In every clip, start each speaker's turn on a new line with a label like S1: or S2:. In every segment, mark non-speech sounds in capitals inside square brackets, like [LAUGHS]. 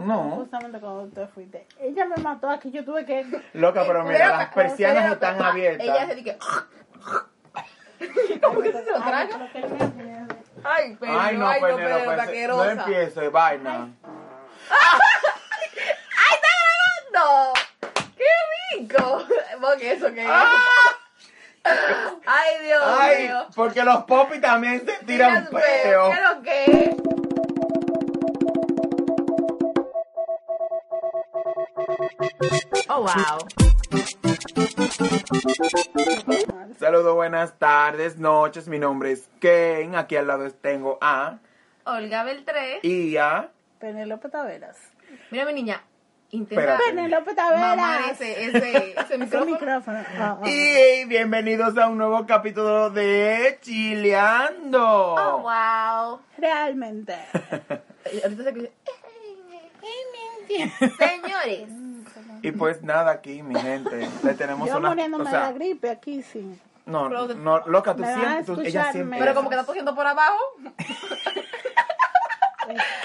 S1: No.
S2: Justamente cuando te fuiste. Ella me mató aquí, yo tuve que.
S1: Loca, pero mira,
S3: Loca,
S1: las
S3: como
S1: persianas
S3: sea,
S1: están
S3: papá, Ella se
S1: abiertas.
S3: dice. [LAUGHS] ¿Cómo que se lo traga?
S2: Ay, pero qué miedo.
S3: Ay, pero
S1: Ay, no, Penélope,
S3: pero
S1: se- no
S3: taquerosa.
S1: empieces, vaina.
S3: ¡Ay, está grabando! ¡Qué rico! [LAUGHS] Porque eso que ¡Ay, Dios
S1: Ah. Ay,
S3: mío!
S1: porque los popis también se tiran
S3: Mira, pero,
S1: peo.
S3: ¿Qué es lo que es? Oh, wow.
S1: Saludos, buenas tardes, noches. Mi nombre es Ken. Aquí al lado tengo a
S3: Olga Beltré.
S1: Ia.
S2: Penélope Taveras.
S3: Mira, mi niña. Intenta
S1: Espérate.
S2: Penélope
S3: mamar
S2: Taveras.
S3: ese, ese, [LAUGHS] ese
S2: Ese
S3: micrófono.
S2: micrófono. Ah, ah.
S1: Y bienvenidos a un nuevo capítulo de Chileando.
S3: Oh, wow.
S2: Realmente.
S3: Eh, Ahorita se escucha. eh, Señores,
S1: [LAUGHS] Y pues nada aquí, mi gente. Le tenemos
S2: Yo
S1: una.
S2: muriéndome
S1: o sea,
S2: de la gripe aquí, sí.
S1: No,
S3: Pero-
S1: no, loca, tú
S2: Me va a
S1: siempre, tú- ella
S2: escucharme.
S1: siempre.
S3: pero como que está tosiendo por abajo.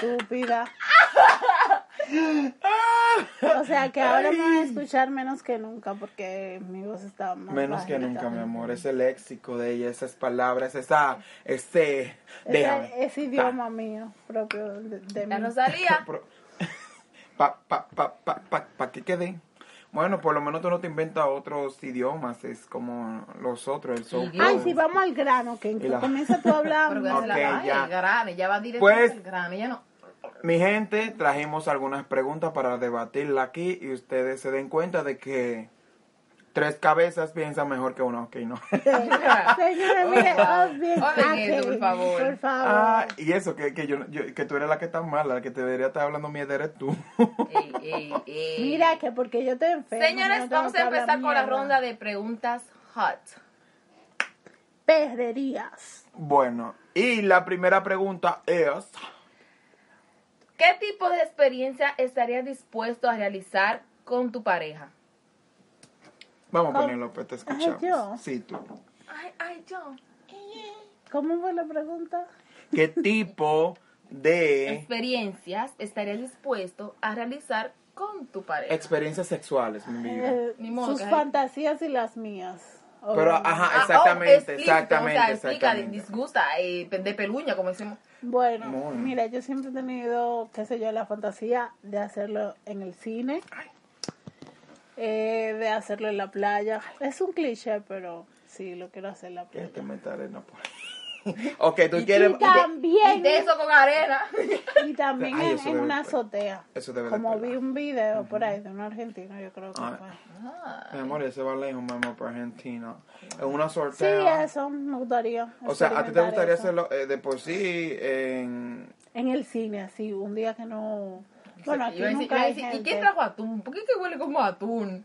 S2: Estúpida. O sea que ahora me van a escuchar menos que nunca porque mi voz está más
S1: Menos que
S2: bajita.
S1: nunca, mi amor. Ese léxico de ella, esas palabras, esa, ese, déjame.
S2: Ese, ese idioma mío, propio de, de mí.
S3: Ya no [LAUGHS] salía.
S1: Pro- [LAUGHS] Pa, pa, pa, pa, pa, pa que quede. Bueno, por lo menos tú no te inventas otros idiomas, es como los otros, el soul
S3: Ay,
S2: Ay,
S1: flow.
S2: sí, vamos al grano, que
S1: Y la-
S2: comienza tú a hablar.
S3: Pero que
S1: Ok,
S3: se la va
S1: ya.
S3: el grano, ya va directo
S1: Pues-
S3: al grano, ya no.
S1: Mi gente, trajimos algunas preguntas para debatirla aquí y ustedes se den cuenta de que tres cabezas piensan mejor que uno, ok,
S2: Ah,
S1: no.
S2: Señora, mire, os bien.
S3: Oigan eso, por favor.
S2: Por favor.
S1: [LAUGHS] Ah, y eso, que, que yo, yo- que tú eres la que está mala, la que te debería estar hablando mierda eres tú. [LAUGHS]
S3: Ey, ey, ey.
S2: Mira, que porque yo te enfermo.
S3: eh, Señores,
S2: no tengo
S3: vamos
S2: que
S3: a
S2: hablar
S3: empezar con la
S2: mierda.
S3: ronda de preguntas hot.
S2: Perrerías.
S1: Bueno, y la primera pregunta es,
S3: ¿Qué tipo de experiencia estarías dispuesto a realizar con tu pareja?
S1: vamos a
S2: Con-
S1: ponerlo, pues te escuchamos.
S2: yo.
S1: Sí, tú.
S3: Ay, ay, yo.
S2: ¿Cómo fue la pregunta?
S1: ¿Qué tipo de
S3: Experiencias estarías dispuesto a realizar con tu pareja.
S1: experiencias sexuales, mi vida?
S2: Eh,
S3: Ni modo,
S2: sus
S3: que hay-
S2: fantasías y las mías.
S1: Pero,
S2: obviamente.
S3: Ah,
S1: ajá,
S3: oh,
S1: exactamente,
S3: explícito,
S1: exactamente,
S3: O sea, explica,
S1: exactamente.
S3: disgusta, eh, de peluña, como decimos.
S2: Bueno,
S1: Muy.
S2: mira, yo siempre he tenido, qué sé yo, la fantasía de hacerlo en el cine, eh, de hacerlo en la playa. Es un cliché, pero sí, lo quiero hacer en la
S1: Tienes
S2: playa.
S1: que meter arena por ahí. [LAUGHS] Ok, tú quieres...
S2: Y
S3: Y
S2: también,
S3: de eso con arena. [LAUGHS]
S2: y también
S1: Ay,
S2: en,
S1: eso
S2: en
S1: debe-
S2: una azotea.
S1: eso debe de
S2: Como
S1: pelar.
S2: vi un video por ahí de un argentino, yo creo que
S1: Ah.
S2: fue.
S3: Ah,
S1: Mi amor, ese va lejos, mamá, para Argentina. En una
S2: Sí,
S1: sortea.
S2: eso me gustaría.
S1: o sea, ¿a ti te
S2: experimentar
S1: gustaría
S2: eso.
S1: hacerlo eh, de por sí en...
S2: En el cine, así, un día que no... Bueno, aquí
S3: iba a decir-
S2: nunca
S3: iba a
S2: hay
S3: decir, ¿Y
S2: gente.
S3: quién trajo atún? ¿Por qué que huele como atún?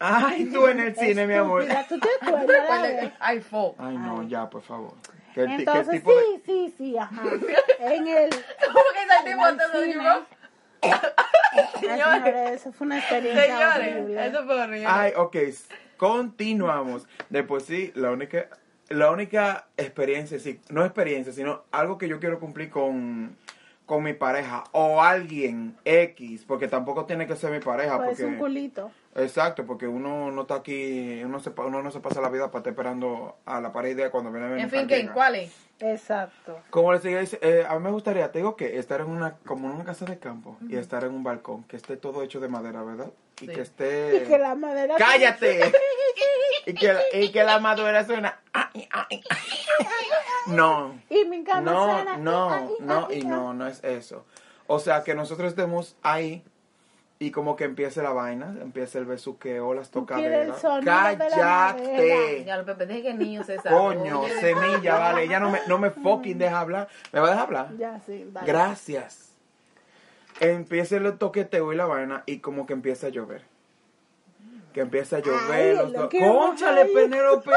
S1: Ay, tú en el cine, mi amor.
S2: Estúpida, ¿tú te
S3: [LAUGHS]
S2: acuerdas de-
S3: Ay, fo. [LAUGHS]
S1: Ay, no, ya, por favor. ¿Qué, ti- qué
S2: Entonces,
S1: tipo de...
S2: sí, sí, sí,
S3: [LAUGHS]
S2: ajá. En el.
S3: ¿Cómo que ese tipo
S2: Ay,
S3: todo
S2: sí,
S3: digo?
S2: Ay,
S3: Señores,
S2: señores, eso fue una experiencia horrible.
S3: señores, eso fue horrible.
S1: Ay, ok, s- continuamos. De por sí, la única, la única experiencia, sí, no experiencia, sino algo que yo quiero cumplir con, con mi pareja o alguien X, porque tampoco tiene que ser mi pareja.
S2: Pues
S1: Ah, porque,
S2: un culito.
S1: Exacto, porque uno no está aquí, uno, se pa- uno no se pasa la vida para estar esperando a la pareja cuando viene a venir
S3: en fin,
S1: cualquiera.
S3: ¿qué? ¿cuál es?
S2: Exacto.
S1: Como les decía, eh, a mí me gustaría, te digo que estar en una, como en una casa de campo y estar en un balcón, que esté todo hecho de madera, ¿verdad? Y
S3: Sí.
S1: que esté...
S2: Y que la madera. [LAUGHS]
S1: ¡Cállate! y, que la, y que la madera suena... "Ah, "Ay, ay, ay".
S2: [LAUGHS]
S1: No,
S2: Y mi cama
S1: no,
S2: sana.
S1: no,
S2: Ay,
S1: no,
S2: ay,
S1: y
S2: ay.
S1: no, no es eso. O sea, que nosotros estemos ahí y como que empiece la vaina, empiece el besuqueo, las
S2: Tú quieres el
S1: tocaderas.
S2: sonido de la
S1: ¡Cállate!
S3: Ya, lo Pepe, deje que el niño se salga.
S1: Coño, semilla, vale. Ella no me, no me fucking deja hablar. ¿Me va a dejar hablar?
S2: Ya, sí, dale.
S1: Gracias. Empieza el toqueteo y la vaina y como que empieza a llover. Que empieza a llover.
S2: Ay,
S1: los
S2: lo
S1: dos-
S2: quiero
S1: ¡Cónchale,
S2: más. [LAUGHS]
S1: Penélope!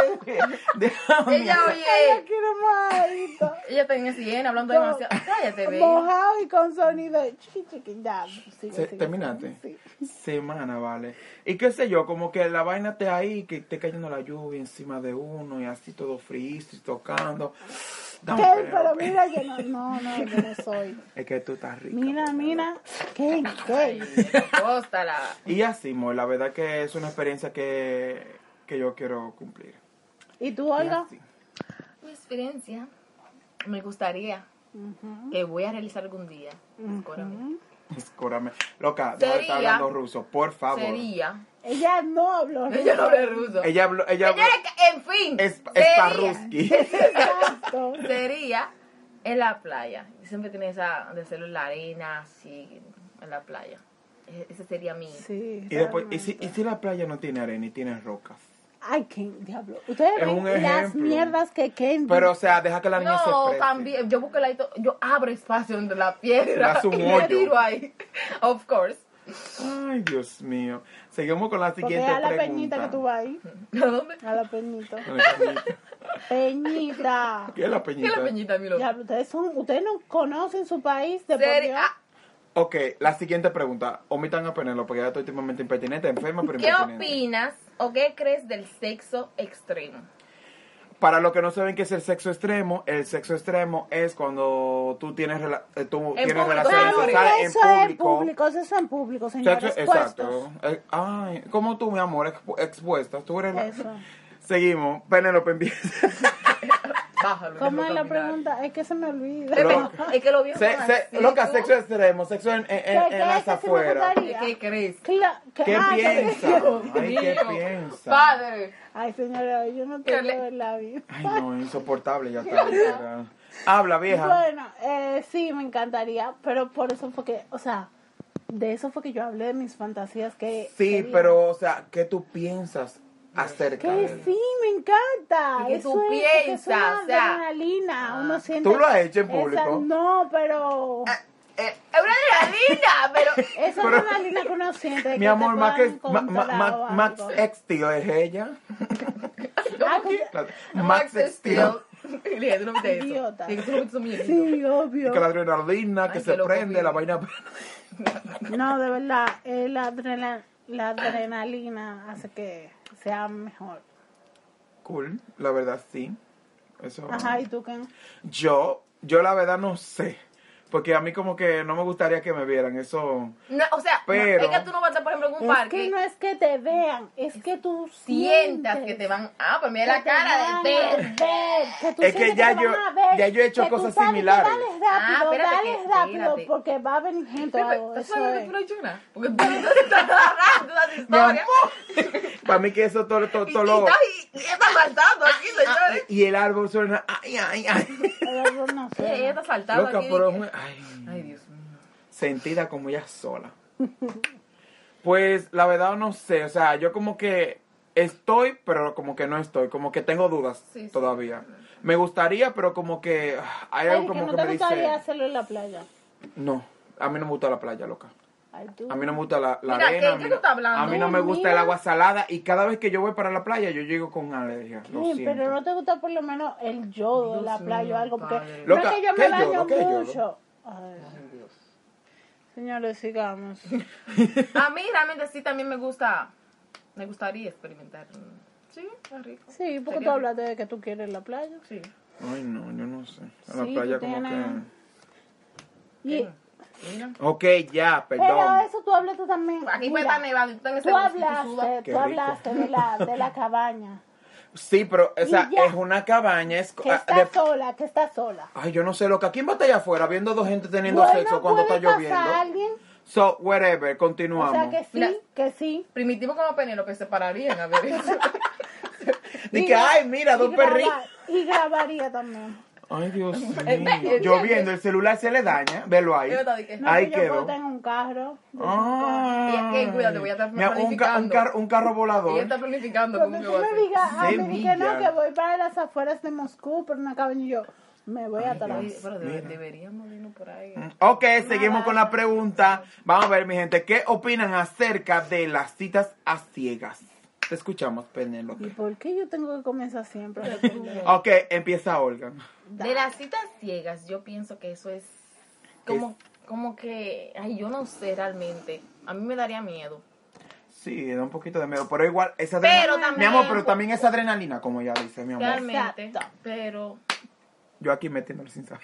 S1: Déjame.
S3: Ella,
S2: Ay, yo
S3: oye,
S2: quiero mojadito.
S3: ella está en el sillén hablando
S2: No.
S3: demasiado. Cállate, ve.
S2: Mojado y con sonido de chiqui chiqui. Ya, sigue,
S1: Se-
S2: sigue.
S1: terminaste.
S2: Sí.
S1: Semana, vale. Y qué sé yo, como que la vaina esté ahí, que esté cayendo la lluvia encima de uno y así todo frío y tocando. Dame
S2: Ken,
S1: pelea,
S2: pero
S1: güey.
S2: mira, yo no, no, no, yo no soy.
S1: Es que tú estás rica.
S2: Mira, mira, Ken,
S3: Ay,
S2: Ken.
S3: cóstala.
S1: Y así, Mo, la verdad que es una experiencia que, que yo quiero cumplir.
S2: ¿Y tú, Olga?
S1: Y así.
S3: Mi experiencia me gustaría
S2: Ujú,
S3: que voy a realizar algún día. escórame,
S2: ujú.
S1: Escúrame. Loca, no
S3: Sería-
S1: está hablando ruso, por favor.
S3: Sería.
S2: Ella no habló.
S1: [LAUGHS]
S3: Yo no hablé ruso.
S1: Ella habló, ella habló,
S3: Señores, en fin.
S1: es, es
S3: sería,
S1: parruski.
S3: [LAUGHS]
S2: Exacto.
S3: sería en la playa. Siempre tiene esa de hacerlo en la arena, así, en la playa. E- Ese sería mi.
S2: Sí.
S1: Y después, y si,
S2: realmente.
S1: y si la playa no tiene arena y tiene rocas.
S2: Ay, Ken, diablo. Ustedes
S1: Es un
S2: ven las
S1: ejemplo.
S2: mierdas que Ken.
S1: Pero, o sea, deja que la niña se
S3: No,
S1: exprese.
S3: también, yo busco el ladito, yo abro espacio entre la piedra
S1: Le hace un
S3: [LAUGHS] y
S1: hoyo.
S3: me tiro ahí. Of course.
S1: Ay, Dios mío. Seguimos con la
S2: Porque
S1: siguiente
S2: a la
S1: pregunta.
S2: peñita que tú vas ahí.
S3: ¿A dónde?
S2: A la peñita.
S1: Con la peñita.
S2: Peñita.
S1: ¿Qué es la
S3: ¿Qué
S1: peñita?
S3: es la peñita, mi loco?
S2: Diablo, ustedes, son, ustedes no conocen su país de por
S3: Sería-
S2: Dios.
S3: ah,
S1: Ok, la siguiente pregunta. Omitan a Penélope, porque ya estoy últimamente impertinente, enferma, pero
S3: ¿Qué
S1: impertinente.
S3: opinas o qué crees del sexo extremo?
S1: Para los que no saben qué es el sexo extremo, el sexo extremo es cuando tú tienes, rela- eh, tú tienes
S3: público,
S1: relaciones
S3: claro,
S2: Claro,
S1: sexuales
S2: eso es en público, eso es en público, señores. Pues,
S1: Sexo-
S2: puestos.
S1: exacto. Eh, Ay, como tú, mi amor, expu- expuesta. Tú eres la-
S2: Eso.
S1: [LAUGHS] Seguimos. Penélope empieza.
S3: Bájalo.
S2: ¿Cómo es
S3: déjalo
S2: la
S3: caminar.
S2: pregunta? Es que se me olvida.
S1: Pero-
S3: Pepe, Es que lo vio
S1: Se,
S3: con
S1: se,
S3: acento.
S1: loca, sexo extremo, sexo en, en- en-
S2: ¿Qué-
S1: en
S2: qué
S1: las
S2: es que sí me
S1: afueras.
S2: gustaría?
S3: ¿Qué crees?
S2: Cla- que-
S1: ¿Qué
S2: ah, ya te
S1: piensa?
S2: entiendo.
S1: Ay, ¿qué
S3: Dios,
S1: piensa?
S3: Padre.
S2: [LAUGHS] Ay, señora, yo no
S3: Pero
S2: tengo
S3: le-
S2: la vida. [LAUGHS]
S1: Ay, no, insoportable ya está. literal. Habla, vieja.
S2: Bueno, eh, sí, me encantaría, pero por eso fue que, o sea, de eso fue que yo hablé de mis fantasías que...
S1: Sí,
S2: quería.
S1: pero, o sea, ¿qué tú piensas acerca de
S2: Que
S1: él?
S2: sí, me encanta.
S3: Y que
S2: eso
S3: tú
S2: es, porque es
S3: piensas,
S2: una
S3: o sea. ah.
S2: adrenalina, uno siente...
S1: ¿Tú lo has hecho en
S2: esa-
S1: público?
S2: no, pero...
S1: Eh,
S3: Es una adrenalina, [LAUGHS] pero.
S2: Esa
S1: pero-
S2: adrenalina que uno siente. de
S1: [LAUGHS] mi
S2: te
S1: amor, Max,
S2: puedan
S1: Ma- Ma-
S2: encontrar
S1: Ma-
S2: o
S1: Max
S2: algo.
S1: Extio es ella.
S2: Ah, que-
S1: Max Extio.
S3: [LAUGHS] Lía, tú no viste eso.
S2: Idiota.
S3: Lía, tú no viste esos muñequitos.
S2: Sí, obvio.
S1: Que la adrenalina, que
S3: Ay,
S1: se
S3: qué loco,
S1: prende,
S3: fui.
S1: la vaina. [LAUGHS]
S2: No, de verdad, eh, la, adrena- la adrenalina hace que sea mejor.
S1: Cool, la verdad sí. Eso.
S2: Ajá, ¿y tú qué?
S1: Yo, yo la verdad no sé. Porque a mí como que no me gustaría que me vieran. Eso.
S3: No, o sea, no,
S1: Pero-
S3: es que tú no vas a estar, por ejemplo, en un
S2: Es
S3: parque.
S2: que no es que te vean, es que tú
S3: Sientas que te van. Ah, pues mira
S2: que
S3: la
S2: te
S3: cara
S2: van
S3: del
S2: a
S3: perro.
S2: ver, que tú
S1: Es que
S2: sientes
S1: ya
S2: te
S1: yo-
S2: van a ver,
S1: ya yo he hecho
S2: que tú
S1: cosas
S2: sabes que
S1: similares.
S2: Dale
S3: Ah,
S2: rápido,
S3: espérate
S2: dale
S3: que-
S2: rápido,
S3: espérate.
S2: porque va a venir gente o algo.
S3: ¿Tú
S2: Eso
S3: sabes lo que
S2: es.
S3: tú no has hecho nada? Porque tú no estás narrando las historias.
S1: Para mí que eso todo, todo,
S3: Y-
S1: todo lo.
S3: Y está saltando aquí, señores.
S1: Y el árbol suena. Ay, ay, ay.
S2: Pero yo no
S3: Sí, Ella
S2: sé.
S3: [LAUGHS] está saltando
S1: Loca,
S3: aquí.
S1: pero.
S3: dije,
S1: Ay.
S3: Ay, Dios mío.
S1: sentida como ella sola. Pues la verdad no sé, o sea, yo como que estoy, pero como que no estoy, como que tengo dudas
S3: Sí, sí.
S1: todavía. Me gustaría, pero como que ah, hay
S2: Ay,
S1: algo
S2: que
S1: como
S2: no
S1: que
S2: te
S1: me
S2: gustaría
S1: dice,
S2: hacerlo en la playa.
S1: no, a mí no me gusta la playa, loca.
S2: Ay, tú.
S1: A mí no me gusta la, la
S3: Mira,
S1: arena,
S3: ¿qué-
S1: a mí, no,
S3: qué tú estás hablando?
S1: a mí no me gusta el
S2: Mira.
S1: agua salada y cada vez que yo voy para la playa yo llego con alergia, lo
S2: Sí,
S1: siento.
S2: pero no te gusta por lo menos el yodo,
S3: Dios
S2: la playa o algo,
S3: mío,
S2: porque
S3: padre.
S2: no
S1: Loca,
S2: es que yo
S1: ¿qué
S2: me baño
S1: yodo? ¿Qué yodo?
S2: mucho. Ay, señores,
S3: [LAUGHS]
S2: sigamos.
S3: A mí realmente sí también me gusta. Me gustaría experimentar. Sí, es rico.
S2: Sí, porque tú
S3: Sería
S2: hablaste de que tú quieres la playa.
S3: rico, Sí.
S1: Ay, no, yo no sé. A la
S2: Sí,
S1: playa
S2: tú
S1: como
S2: tienes-
S1: que
S2: Y,
S3: Mira.
S1: Ok, ya,
S2: pero
S1: perdón.
S2: eso tú hablaste también.
S3: Aquí puede
S2: mira,
S3: estar nevado. y Tú, en ese
S2: tú
S3: bosque y tú sudas.
S2: hablaste,
S1: Qué
S2: tú
S1: rico.
S2: hablaste de la, de la
S1: [LAUGHS]
S2: cabaña.
S1: Sí, pero o sea,
S2: Y ya.
S1: es una cabaña, es
S2: Que
S1: ah,
S2: está
S1: de-
S2: sola, que está sola.
S1: Ay, yo no sé, loca. ¿Quién va a estar allá afuera viendo dos gente teniendo
S2: Bueno,
S1: sexo cuando está
S2: puede
S1: lloviendo?
S2: pasar alguien.
S1: So, whatever,
S2: O
S1: continuamos.
S2: sea, que sí,
S3: Mira.
S2: que sí.
S3: Primitivo como Penélope se pararían a
S2: [LAUGHS]
S3: ver eso.
S1: Di
S2: Y
S1: que,
S2: gra-
S1: ay, mira, dos
S2: y graba-
S1: perritos.
S2: Y grabaría también.
S1: [LAUGHS]
S2: [LAUGHS]
S1: Ay, Dios mío.
S3: medio.
S1: Lloviendo, el celular se le daña. Velo ahí.
S3: Yo estaba de que-
S2: No,
S1: Ahí
S2: que yo puedo
S1: quedó.
S2: tener un carro.
S1: Ah.
S3: Y es que, cuídate, voy a estar
S1: Mira, un, ca- un,
S3: planificando.
S1: carro- un carro
S3: Ella
S1: volador.
S3: está planificando
S2: Cuando
S3: cómo que
S2: tú
S3: va a
S2: me
S3: hacer.
S2: digas, ah, me dije no,
S1: Semilla.
S2: que voy para las afueras de Moscú por una cabaña, y yo me voy a
S3: Ay,
S2: Talas.
S3: Pero
S1: Mira.
S3: debe- deberíamos irnos por ahí.
S1: Mm,
S2: Mm.
S1: Ok, seguimos con la pregunta. Vamos a ver, mi gente, ¿qué opinan acerca de las citas a ciegas? Te escuchamos,
S2: ¿Y
S1: Penélope.
S2: por qué yo tengo que comenzar siempre?
S1: Ok, empieza Olga.
S3: De las citas ciegas, yo pienso que eso es como, como que, ay, yo no sé realmente. A mí me daría miedo.
S1: Sí, da un poquito de miedo, pero igual esa
S3: Pero
S1: adrenalina- Mi
S3: también-
S1: amor, pero también esa adrenalina, como ya dice mi amor.
S3: Realmente.
S2: Exacto.
S3: Pero
S1: Yo aquí metiéndolo sin
S3: [LAUGHS]
S1: saber.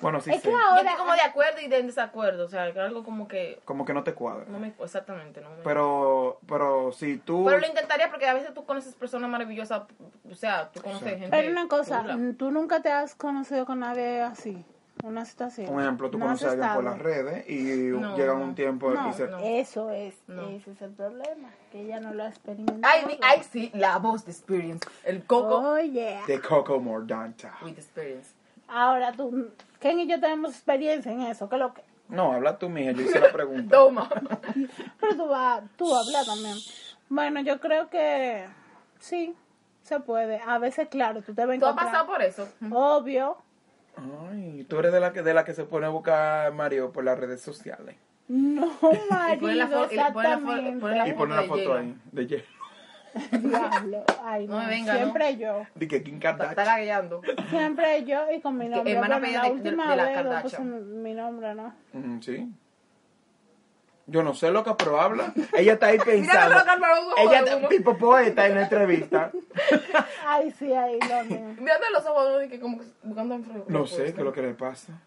S1: Bueno, sí
S2: Es que
S1: sé.
S2: ahora-
S3: Yo estoy como de acuerdo y de desacuerdo, o sea, que algo como que
S1: Como que no te cuadra.
S3: no me exactamente, no me
S1: Pero, pero si tú...
S3: Pero lo intentaría porque a veces tú conoces personas maravillosas, o sea, tú conoces gente
S2: Pero una cosa, mm,
S3: chula.
S2: tú nunca te has conocido con nadie así. Una situación.
S1: Un ejemplo, tú
S2: No has
S1: conoces a alguien por
S2: estado.
S1: las redes y
S3: No,
S1: llega
S3: no.
S1: un tiempo
S2: No,
S1: y se...
S2: eso es,
S3: No.
S2: ese es el problema, que ella no lo ha experimentado.
S3: Ay, di- ay, sí, la voz de Experience, el coco
S2: Oh, yeah.
S1: De Coco Mordanta.
S2: Oh.
S3: with Experience.
S2: Ahora tú, Ken y yo tenemos experiencia en eso, que lo que...
S1: No, habla tú, mija. Yo hice la
S2: [LAUGHS]
S1: pregunta.
S3: Toma.
S2: Pero tú vas, tú hablas también. Bueno, yo creo que sí, se puede. A veces, claro, tú te ves
S3: ¿Tú has pasado por eso?
S2: Obvio.
S1: Ay, tú eres de la que de la que se pone a buscar Mario por las redes sociales.
S2: No,
S3: [LAUGHS] Y pone
S2: marido,
S3: la fo- y pone la fo-
S2: exactamente.
S3: pone la
S1: Y
S3: foto
S1: pone la
S3: de
S1: foto
S3: hielo.
S1: ahí de hielo. [LAUGHS]
S3: [LAUGHS]
S2: Diablo, ay,
S3: No
S2: no,
S3: me venga,
S2: siempre yo.
S1: De que Kim
S3: Está, está
S1: Kardashian.
S3: gagueando.
S2: Siempre yo y con mi nombre.
S3: hermana
S2: bueno,
S3: media
S2: la
S3: de- de-
S2: última
S3: de la
S2: vez no puse
S3: Kardashian.
S2: mi nombre, ¿no?
S1: Mm, sí. Yo no sé lo que pero habla. Ella está ahí
S3: [LAUGHS]
S1: pensando.
S3: lo que Álvaro Hugo
S1: Ella
S3: de
S1: está
S3: uno.
S1: tipo poeta en la
S3: [LAUGHS]
S1: entrevista.
S2: Ay, sí, ahí lo mío.
S3: Mírate los ojos de que como que buscando en frío.
S1: No sé qué es lo que le pasa.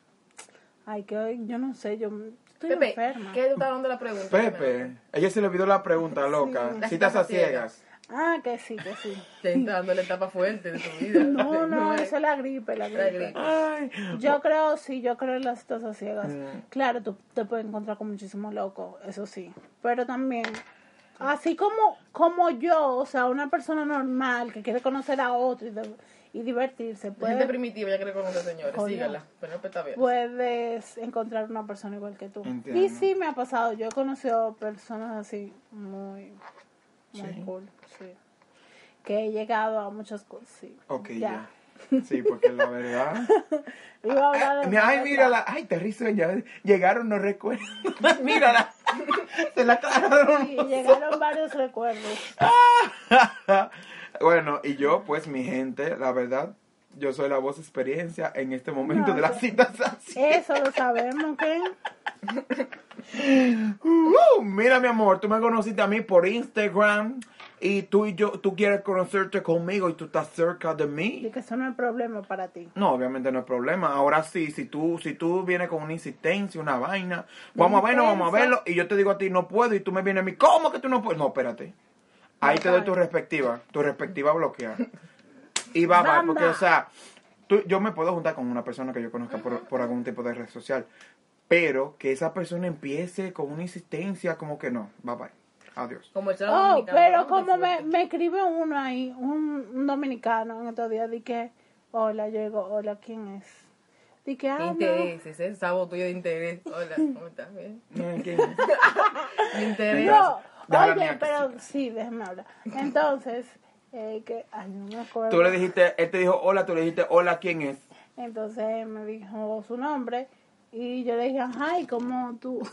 S2: Ay, que hoy, yo no sé, yo estoy
S3: Pepe,
S2: enferma.
S3: ¿qué te está dando la pregunta?
S1: Pepe, ella se le olvidó la pregunta, loca.
S3: Las
S1: Citas a
S3: citas
S1: ciegas.
S2: Ah, que sí, que
S3: [LAUGHS]
S2: sí.
S3: Te está dando la etapa fuerte de tu
S2: [LAUGHS]
S3: vida. [LAUGHS]
S2: No, no, eso es la gripe, la
S3: La
S2: gripe.
S3: gripe.
S1: Ay.
S2: Yo creo, sí, yo creo en las citas ciegas.
S1: Mm.
S2: Claro, tú te puedes encontrar con muchísimos locos, eso sí. Pero también, así como, como yo, o sea, una persona normal que quiere conocer a otro y, de- y divertirse,
S3: Gente
S2: puede,
S3: primitiva, ya que le conoce, señores.
S2: Pues, Coño.
S3: Sígala. Pero no pues, está bien.
S2: puedes encontrar una persona igual que tú.
S1: Entiendo.
S2: Y sí me ha pasado, yo he conocido personas así muy, muy cool, sí. Que he llegado a muchas cosas, sí.
S1: Ok, ya. Sí, porque la verdad.
S2: Iba a hablar de-
S1: Ay, Ah, ay, mírala. Ay, te risueña. Llegaron, no recuerdo. [LAUGHS] mírala. Se la aclararon.
S2: Y llegaron varios recuerdos.
S1: [LAUGHS] bueno, y yo, pues, mi gente, la verdad, yo soy la voz experiencia en este momento
S2: No,
S1: de las
S2: yo-
S1: citas así.
S2: Eso lo sabemos, ¿qué?
S1: Uh, mira, mi amor, tú me conociste a mí por Instagram y tú y yo, tú quieres conocerte conmigo y tú estás cerca de
S2: Y
S1: mí.
S2: que eso no es problema para ti.
S1: No, obviamente no es problema. Ahora sí, si tú, si tú vienes con una insistencia, una vaina, vamos a verlo, vamos a verlo, y yo te digo a ti, no puedo, y tú me vienes a mí, ¿cómo que tú no puedes? No, espérate. Ahí te doy tu respectiva, tu respectiva bloqueada. Y va, va, porque, o sea, tú- yo me puedo juntar con una persona que yo conozca por, por algún tipo de red social, pero que esa persona empiece con una insistencia, como que no, bye bye, adiós.
S3: Como el chavo
S2: Oh,
S3: dominicano,
S2: pero
S3: ¿no?
S2: como me,
S3: Fuerte.
S2: me escribe uno ahí, un, un dominicano en estos días, di que, hola, yo digo, hola, ¿quién es? Di que, ah, no.
S3: Intereses, ¿eh? Sabo tuyo de interés.
S2: [LAUGHS]
S3: Hola, ¿cómo estás? Bien.
S1: Ay, qué-
S3: De interés.
S2: No,
S1: Déjala
S2: oye,
S1: mía, que
S2: pero sí, déjame hablar. Entonces, eh, que, ay, no me acuerdo.
S1: Tú le dijiste, él te dijo hola, tú le dijiste hola, ¿quién es?
S2: Entonces me dijo su nombre y yo le dije, ay, ¿cómo tú?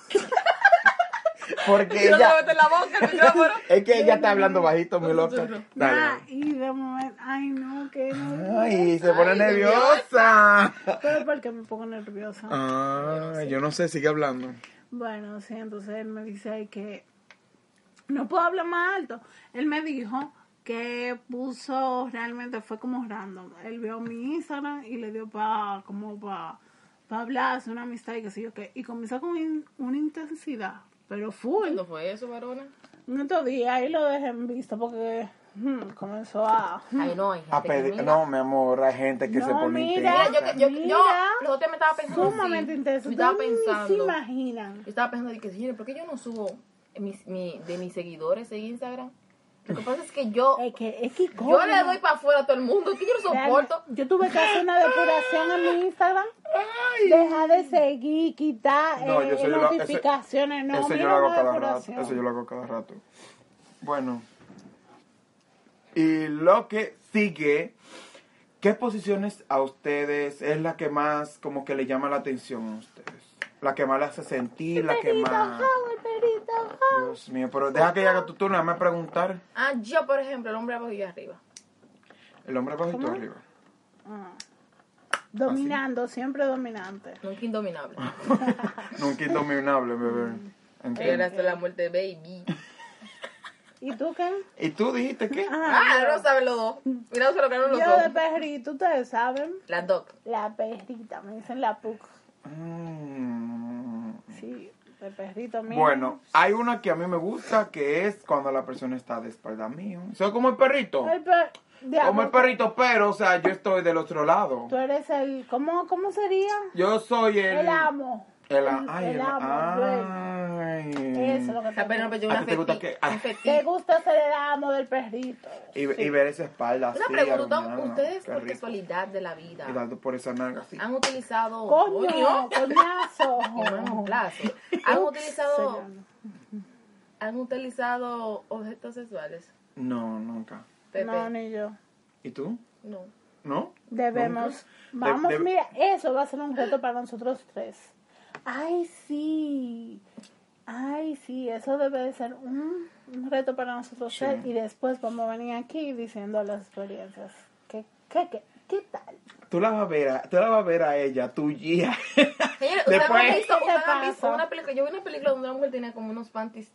S1: Porque
S3: Yo no
S1: ella,
S3: le meto en la boca el micrófono.
S1: Es que ella está hablando bajito, mi loca.
S3: Susurro.
S2: [LAUGHS] Nah,
S1: Dale.
S2: Ah, y de momento, ay, no, que no.
S1: Ay, se pone
S3: Ay,
S1: nerviosa.
S2: Pero porque me pongo nerviosa.
S1: Ah, yo no sé, sigue hablando.
S2: Bueno, sí, entonces él me dice ahí que no puedo hablar más alto. Él me dijo que puso realmente fue como random. Él vio mi Instagram y le dio para como para hablar, hacer una amistad y qué sé yo qué. Y comenzó con in- una intensidad, pero full.
S3: ¿Cuándo fue eso, varona?
S2: En otro día ahí lo dejé en vista porque hmm, comenzó a
S3: Ay, no, hay gente
S1: A
S3: que
S1: pedir,
S3: mira.
S1: no, mi amor, hay gente que
S2: No,
S1: se pone
S2: mira,
S3: Mira,
S1: intensa.
S3: yo, yo, yo,
S2: Mira.
S3: los otros me estaba pensando así.
S2: sumamente
S3: Yo
S2: interesante.
S3: estaba
S2: Ustedes ni se
S3: pensando. Yo
S2: imaginan.
S3: estaba pensando, de que, señores, ¿por qué yo no subo mis, mi, de mis seguidores en Instagram? Lo que pasa es que yo,
S2: Es que, es que
S3: yo le
S2: Eh, coño.
S3: doy para afuera a todo el mundo. Que yo no soporto.
S2: Yo tuve que hacer una depuración en mi Instagram. Dejar de seguir, quitar
S1: No,
S2: eh,
S1: yo soy la- ese-
S2: notificaciones. no,
S1: eso
S2: mira
S1: yo lo hago
S2: una
S1: cada rato.
S2: depuración.
S1: Eso yo lo hago cada rato. Bueno. Y lo que sigue, ¿qué posiciones a ustedes es la que más como que le llama la atención a ustedes? La que más le hace sentir, la que
S2: Perito,
S1: más...
S2: Howard, perito, Howard.
S1: Dios mío, pero deja que haga tu turno, déjame preguntar.
S3: Ah, yo, por ejemplo, el hombre abajo y arriba.
S1: El hombre abajo y tú arriba. [LAUGHS]
S2: Ah. Dominando, siempre dominante.
S3: Nunca indominable.
S1: Ah, Nunca indominable, bebé.
S3: Era
S1: Entiendo.
S3: hasta la muerte, baby.
S2: ¿Y tú qué?
S1: ¿Y tú dijiste qué?
S3: Ah,
S2: Ajá,
S3: no saben los dos. Mira, no se lo ganaron
S2: yo,
S3: los
S2: yo de
S3: dos.
S2: perrito, ustedes saben.
S3: Las dos.
S2: La perrita, me dicen la puc.
S1: Mm.
S2: Sí, de perrito mío.
S1: Bueno, hay una que a mí me gusta que es cuando la persona está de espalda mío. Soy como el perrito.
S2: El per-
S1: Como
S2: diablo,
S1: el perrito, pero, o sea, yo estoy del otro lado.
S2: Tú eres el. ¿Cómo, cómo sería?
S1: Yo soy el.
S2: El amo.
S1: El, a- ah. ay, el,
S2: el amo,
S1: ay.
S2: Eso es lo que
S3: Esa pena
S2: te,
S3: me
S1: ¿A
S3: pues, una
S1: ti te gusta que-
S3: fetí.
S1: ah.
S3: un fetí.
S2: te gusta ser el amo del perrito.
S1: Y, y ver esa espalda
S3: Una
S1: así,
S3: pregunta,
S1: arruinada,
S3: ustedes
S1: ah, qué
S3: por Ah.
S1: rico.
S3: casualidad de la vida
S1: Y dando por esa nalga así.
S3: han utilizado
S2: Coño, coñazo.
S3: [LAUGHS]
S2: [LAUGHS]
S3: coño, plazo. han
S2: Ups,
S3: utilizado
S2: señor.
S3: han utilizado objetos sexuales.
S1: No, nunca.
S3: Pepe.
S2: No, ni yo.
S1: ¿Y tú?
S3: no.
S1: ¿No?
S2: Debemos.
S1: Nunca. De-
S2: Vamos,
S1: de-
S2: mira, eso va a ser un reto para nosotros tres. Ay, sí. Ay, sí, eso debe de ser un, un reto para nosotros
S1: Sí.
S2: tres. Y después vamos a venir aquí diciendo las experiencias. ¿Qué, qué, qué, qué tal?
S1: Tú la vas a ver a, tú la vas a, ver a ella,
S2: [LAUGHS]
S1: tu guía.
S3: Señores, ustedes
S1: Después-
S3: han visto,
S2: ¿Qué
S3: ustedes han
S2: pasa?
S3: visto una película, yo vi una película donde una mujer tenía como unos panties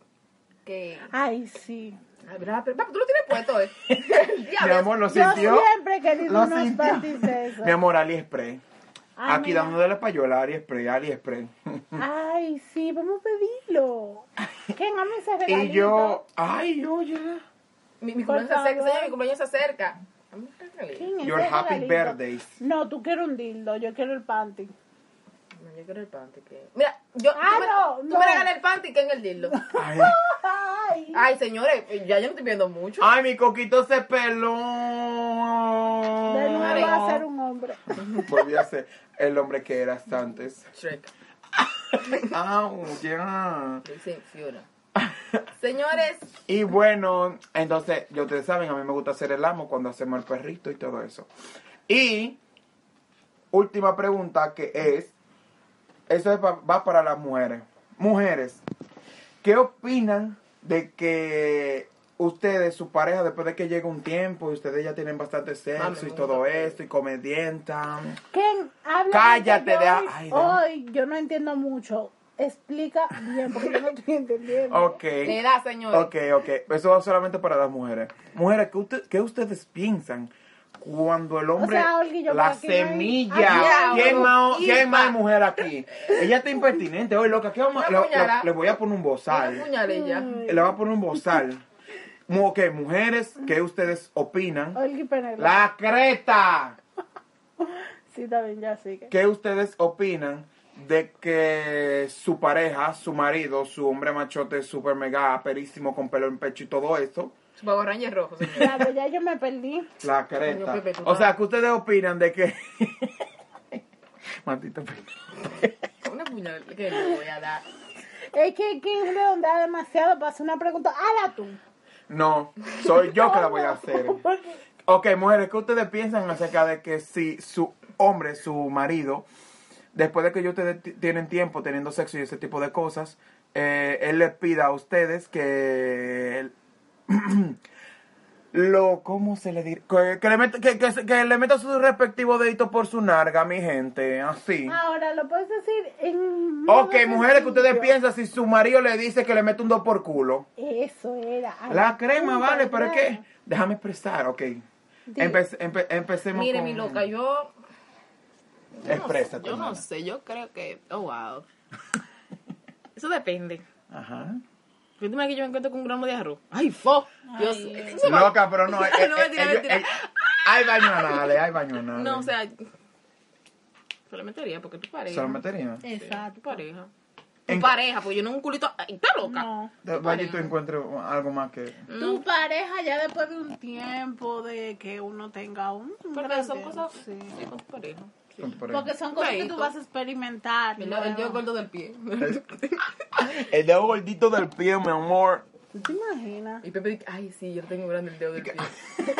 S3: que
S2: Ay, sí.
S3: Ay, mira, pero, papi, tú lo tienes
S1: [LAUGHS]
S3: puesto, eh.
S1: Mi
S3: Diablo.
S1: amor, ¿lo
S2: Yo
S1: sintió?
S2: siempre he querido
S1: Lo
S2: unos
S1: sintió.
S2: parties de eso.
S1: Mi amor, AliExpress.
S2: Ay,
S1: Aquí
S2: mira.
S1: dándole la payola, AliExpress, AliExpress.
S2: Ay, sí, vamos a pedirlo. ¿Quién ama ese regalito?
S1: y yo, ay, oye.
S3: Mi, mi
S2: Por
S3: cumpleaños se acerca,
S2: favor.
S3: señor, mi cumpleaños se acerca. A mí me encanta.
S2: ¿Quién es
S1: Your
S2: ese
S1: happy
S2: regalito?
S1: birthdays.
S2: No, tú quieres un dildo, yo quiero el panty.
S3: No, yo quiero el panty que... Mira, yo...
S2: Ah,
S3: tú me,
S2: no,
S3: tú
S2: no.
S3: me regalas el panty que en el [LAUGHS] dildo.
S1: Ay,
S2: Ay.
S3: Ay, señores, ya yo no estoy viendo mucho.
S1: ay, mi coquito se
S2: De nuevo
S1: peló.
S2: va a ser un hombre.
S1: Volví a ser el hombre que eras antes.
S2: [LAUGHS]
S3: Shrek.
S1: Ah, ya.
S3: Lo hice Fiona. Señores,
S1: Y bueno, entonces, ya ustedes saben, a mí me gusta hacer el amo cuando hacemos el perrito y todo eso. Y última pregunta que es, eso es pa- va para las mujeres. Mujeres, ¿qué opinan de que ustedes, su pareja, después de que llega un tiempo y ustedes ya tienen bastante sexo
S3: Mami,
S1: y
S3: me
S1: todo
S3: gusta.
S1: esto y comedientan?
S2: ¿Quién habla?
S1: Cállate,
S2: de
S1: deja-
S2: hoy,
S1: ay, deja.
S2: hoy yo no entiendo mucho. Explica bien, porque yo no
S1: [LAUGHS]
S2: estoy entendiendo.
S1: Ok.
S3: le da, señores.
S1: Ok, ok. Eso va solamente para las mujeres. Mujeres, ¿qué, usted- qué ustedes piensan cuando el hombre...
S2: sea, Olga y yo,
S1: la
S2: pero aquí no hay- Ah,
S1: semilla.
S3: aquí hay
S1: ¿Quién,
S3: una
S1: más,
S3: chispa.
S1: ¿Quién más mujer aquí? Ella está impertinente hoy, loca. ¿Qué vamos a-
S3: Una
S1: le-
S3: puñalada.
S1: le, le voy a poner un
S3: Una
S1: bozal.
S3: puñal ella.
S1: Le voy a poner un bozal. Mu- Ok, mujeres, ¿qué ustedes opinan?
S2: Olga y Penélope.
S1: La creta.
S2: Sí, está bien, ya sigue.
S1: ¿Qué ustedes opinan de que su pareja, su marido, su hombre machote, super mega aperísimo, con pelo en pecho y todo eso,
S3: Su Power Ranger rojo, [LAUGHS] señores.
S2: Ya, pues ya yo me perdí.
S1: La creta.
S3: Coño, Pepe, tú
S1: o sea,
S3: sabes.
S1: ¿qué ustedes opinan de que... [LAUGHS] Maldito Pepe.
S3: Una puñal que le voy a dar.
S2: Es que King redondea demasiado para hacer una pregunta. ¡Hala tú!
S1: No, soy yo que la voy a hacer.
S2: Porque
S1: Ok, mujeres, ¿qué ustedes piensan acerca de que si su hombre, su marido, después de que ellos ustedes ti- tienen tiempo teniendo sexo y ese tipo de cosas, eh, él les pida a ustedes que... él- [CLEARS THROAT] Lo, ¿cómo se le diría? Que, que le meta, que, que se- que le meta su respectivo dedito por su narga, mi gente, así.
S2: Ahora, lo puedes decir en. modo
S1: Ok, mujeres, que ustedes
S2: sencillo.
S1: piensan si su marido le dice que le mete un dos por culo?
S2: Eso era. Ay,
S1: La crema,
S2: puta,
S1: vale, pero es
S2: claro.
S1: que... Déjame expresar, ok. Empe- empe- empecemos
S3: Mire,
S1: con...
S3: mi loca, yo... yo no-
S1: Exprésate,
S3: Yo no
S1: mana.
S3: sé, yo creo que... Oh, wow. Eso depende.
S1: Ajá.
S3: Yo que yo me encuentro con un gramo de arroz. ¡Ay, fo! Yo sé.
S1: Loca, pero no. eh, eh,
S3: No, mentira,
S1: eh,
S3: mentira.
S1: eh, hay baño anales, hay baño anales.
S3: No, o sea... Se lo metería porque tu pareja...
S1: ¿Se lo metería?
S3: eh, Exacto. Tu pareja. Tu
S1: En-
S3: pareja, pues yo no un culito... Ay, está loca.
S2: No.
S1: Vaya y tú encuentres algo más que.
S2: Tu pareja ya después de un tiempo de que uno tenga un. un
S3: Porque
S2: gran
S3: son
S2: tiempo,
S3: cosas...
S2: sí.
S3: Sí, con tu pareja. Sí.
S1: por ahí.
S2: Porque son cosas que tú
S3: Feíto.
S2: vas a experimentar.
S3: El, el dedo
S2: luego.
S3: gordo del pie.
S1: El dedo gordito del pie, mi amor.
S2: ¿Tú te imaginas?
S3: [LAUGHS] y Pepe dice, ay, sí, yo tengo grande el dedo del pie.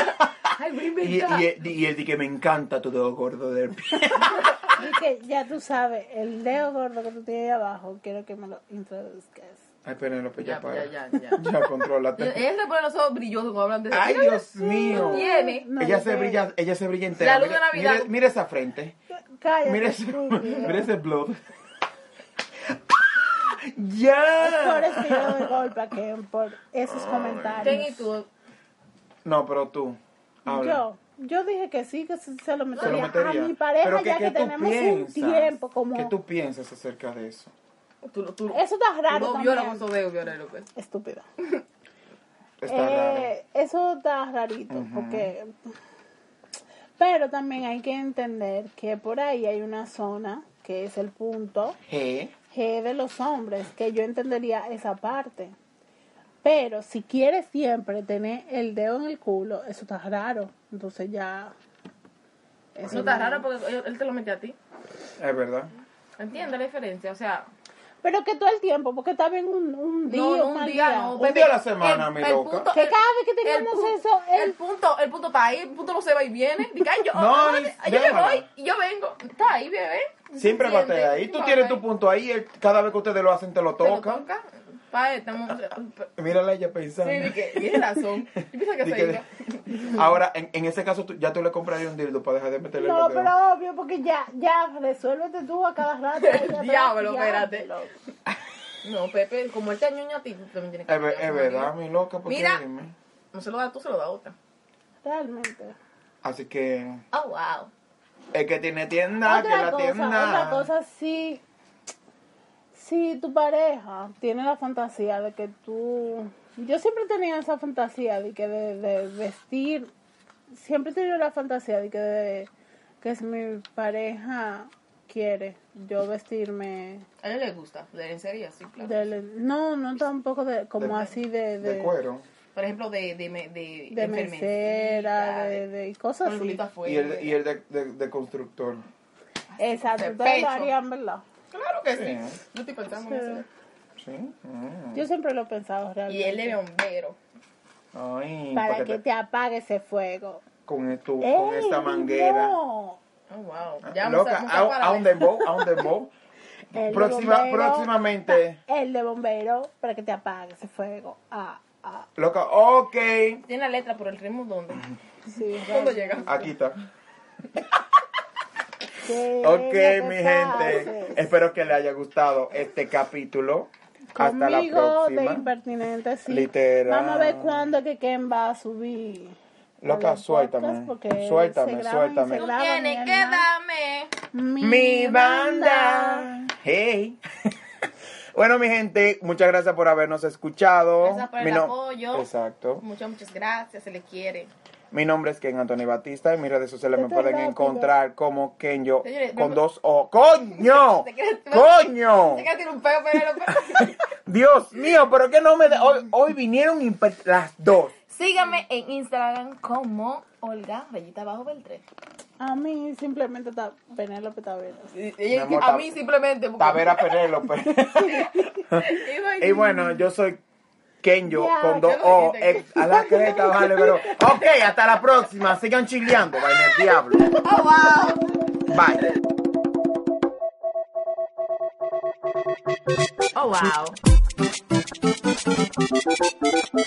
S3: [LAUGHS] ay, voy a
S1: Y,
S3: inventar.
S1: y, y, el de que me encanta tu dedo gordo del pie.
S2: Y que ya tú sabes, el dedo gordo que tú tienes ahí abajo, quiero que me lo introduzcas.
S1: Ay, Penélope, [LAUGHS] ya
S3: Ya, pues,
S1: para.
S3: ya, ya, ya.
S1: Ya, [LAUGHS] contrólate.
S3: Ella se pone los ojos brillosos cuando hablan de eso.
S1: Ay,
S3: Mira,
S1: Dios mío.
S3: Tiene.
S2: No,
S1: ella
S2: no
S1: se
S2: sé.
S1: brilla, ella se brilla entera.
S3: La luz de
S1: Mire-
S3: Navidad.
S1: mire- mira esa frente.
S2: Cállate.
S1: [LAUGHS] Mira ese,
S2: [LAUGHS] estúpido.
S1: mira ese blood.
S2: Por
S1: ¡Ya!
S2: eso yo doy golpe a Ken, por esos
S3: Ken
S2: comentarios.
S3: y tú,
S1: No, pero tú. Habla.
S2: Yo, yo dije que sí, que se, se lo
S1: Se lo
S2: metería,
S1: metería.
S2: a mi pareja
S1: Pero que,
S2: ya que,
S1: que tú
S2: tenemos un
S1: piensas,
S2: tiempo como...
S1: ¿Qué tú piensas acerca de eso?
S3: tú, tú, tú
S2: Eso está raro
S3: no
S2: también.
S3: violas con sobeo, Viola López.
S2: Estúpido.
S1: Está
S2: Eh, Eso está rarito, porque... Pero también hay que entender que por ahí hay una zona que es el punto
S1: raro. ¿Eh?
S2: G de los hombres, que yo entendería esa parte. Pero si quieres siempre tener el dedo en el culo, eso está raro. Entonces ya...
S3: Eso no está raro porque él, él te lo metió a ti.
S1: Es verdad.
S3: ¿Entiendes la diferencia? O sea,
S2: Pero que todo el tiempo, porque está bien un, un día,
S3: no, no, un
S2: mal
S3: día no.
S1: Un día a la semana, mi
S3: mi
S1: loca.
S2: Que cada vez que tengamos eso,
S3: El,
S2: el-
S3: punto, el punto está ahí, el punto no se va y viene. Dice, ay,
S1: [LAUGHS]
S3: yo,
S1: No,
S3: ah,
S1: ni-
S3: yo me
S1: déjalo.
S3: voy y yo vengo. Está ahí, bebé.
S1: Siempre va a estar ahí. Tú tienes tu punto ahí. él- cada vez que ustedes lo hacen, te lo
S3: Toca.
S1: toca.
S3: toca. Pa, estamos.
S1: [LAUGHS] Mírala ella pensando.
S3: Sí, que tiene razón. Yo
S2: [LAUGHS]
S3: pienso que
S1: Di
S3: soy
S1: que- [LAUGHS]
S3: yo.
S1: ahora, en, en ese caso, tú- ya tú le comprarías un dildo para dejar de meterle
S2: No,
S1: los dedos.
S2: pero obvio, porque ya, ya, resuélvete tú a cada rato. Ya te-
S3: [LAUGHS] Diablo,
S2: ya,
S3: espérate.
S2: loco.
S3: No, Pepe, como él te añoña a ti, tú también tienes que
S1: Es, ver-
S3: añoñar a
S1: es
S3: tu
S1: verdad,
S3: marido.
S1: mi loca. Porque
S3: Mira.
S1: dime.
S3: No se lo da tú, se lo da a otra.
S2: Realmente.
S1: Así que,
S3: Oh, wow.
S1: el que tiene tienda, que la
S2: cosa,
S1: tienda.
S2: otra cosa, si, si tu pareja tiene la fantasía de que tú... Yo siempre tenía esa fantasía de que de, de vestir... Siempre he tenido la fantasía de que, de- que si mi pareja quiere yo vestirme...
S3: A él le gusta, de lencería, sí, claro.
S2: de- no, no tampoco de, como
S1: De-
S2: así de...
S1: de cuero.
S3: Por ejemplo, de, de, me- de,
S2: de mesera, de, de- y cosas
S3: con el
S2: así.
S3: culito afuera.
S1: Y el, y el de, de- de constructor.
S2: Exacto,
S3: de
S2: ustedes lo
S3: pecho.
S2: harían, ¿verdad?
S3: Claro que sí.
S1: Sí.
S3: Yo estoy pensando en
S2: Sí.
S3: eso.
S1: ¿Sí? Mm.
S2: Yo siempre lo he pensado
S3: Y
S2: realmente.
S3: él de bombero.
S1: Ay,
S2: para
S1: porque
S2: que te apague ese fuego.
S1: con, esto, con
S2: ¡Ey,
S1: esta manguera.
S2: no!
S3: Oh, wow.
S1: Ah,
S3: Ya
S1: Loca,
S3: mucha- mucha
S1: a,
S3: palabra.
S1: a un dembow, a un dembow.
S2: El de
S1: Próxima-
S2: bombero,
S1: próximamente.
S2: pa- [LAUGHS] El de bombero para que te apague ese fuego. Ah, ah,
S1: Loca, ok.
S3: Tiene la letra por el ritmo, ¿dónde?
S1: [LAUGHS]
S2: sí.
S3: ¿Cuándo llega?
S1: Aquí está.
S2: realmente,
S1: Ok,
S2: que
S1: mi
S2: te
S1: gente.
S2: pases.
S1: Espero que les haya gustado este capítulo. Hasta la
S2: Conmigo de
S1: próxima.
S2: impertinente, sí.
S1: Literal.
S2: Vamos a ver cuándo que Ken va a subir.
S1: Loca,
S2: los podcasts,
S1: suéltame,
S2: porque él
S1: suéltame,
S2: se graba y
S1: suéltame.
S2: se
S1: Tú
S2: graba, mi hermano.
S3: darme.
S2: Mi,
S1: Mi
S2: banda.
S1: banda. Hey. [LAUGHS] Bueno, mi gente, muchas gracias por habernos escuchado.
S3: Gracias por el
S1: Mi no-
S3: apoyo.
S1: Exacto.
S3: Muchas, muchas gracias. Se le quiere.
S1: Mi nombre es Ken Anthony Batista. En mis redes sociales me
S2: Vete
S1: pueden
S2: rápido.
S1: encontrar como Kenyo
S3: Señores,
S1: con
S3: me-
S1: dos
S2: [LAUGHS]
S1: O. ¡Coño!
S3: Te quieres-
S1: ¡Coño!
S3: Se que tiene un peo, pero... [LAUGHS]
S1: Dios mío, pero que no me... de- Hoy, hoy vinieron imper- las dos.
S3: Síganme en Instagram como Olga Rayita Bajo Beltré.
S2: A mí simplemente está Penélope Taveras.
S1: Mi amor,
S3: a
S1: ta-
S3: mí simplemente. porque-
S1: Tavera Penélope.
S3: [LAUGHS] Y bueno,
S1: y bueno, yo soy Kenyo
S2: Ya,
S1: con dos
S3: ya lo
S1: O.
S3: dijiste.
S1: ex- a la creta, vale, pero... Ok, hasta la próxima. Sigan chileando, vaina el diablo.
S3: oh, wow.
S1: Bye.
S3: Oh, wow.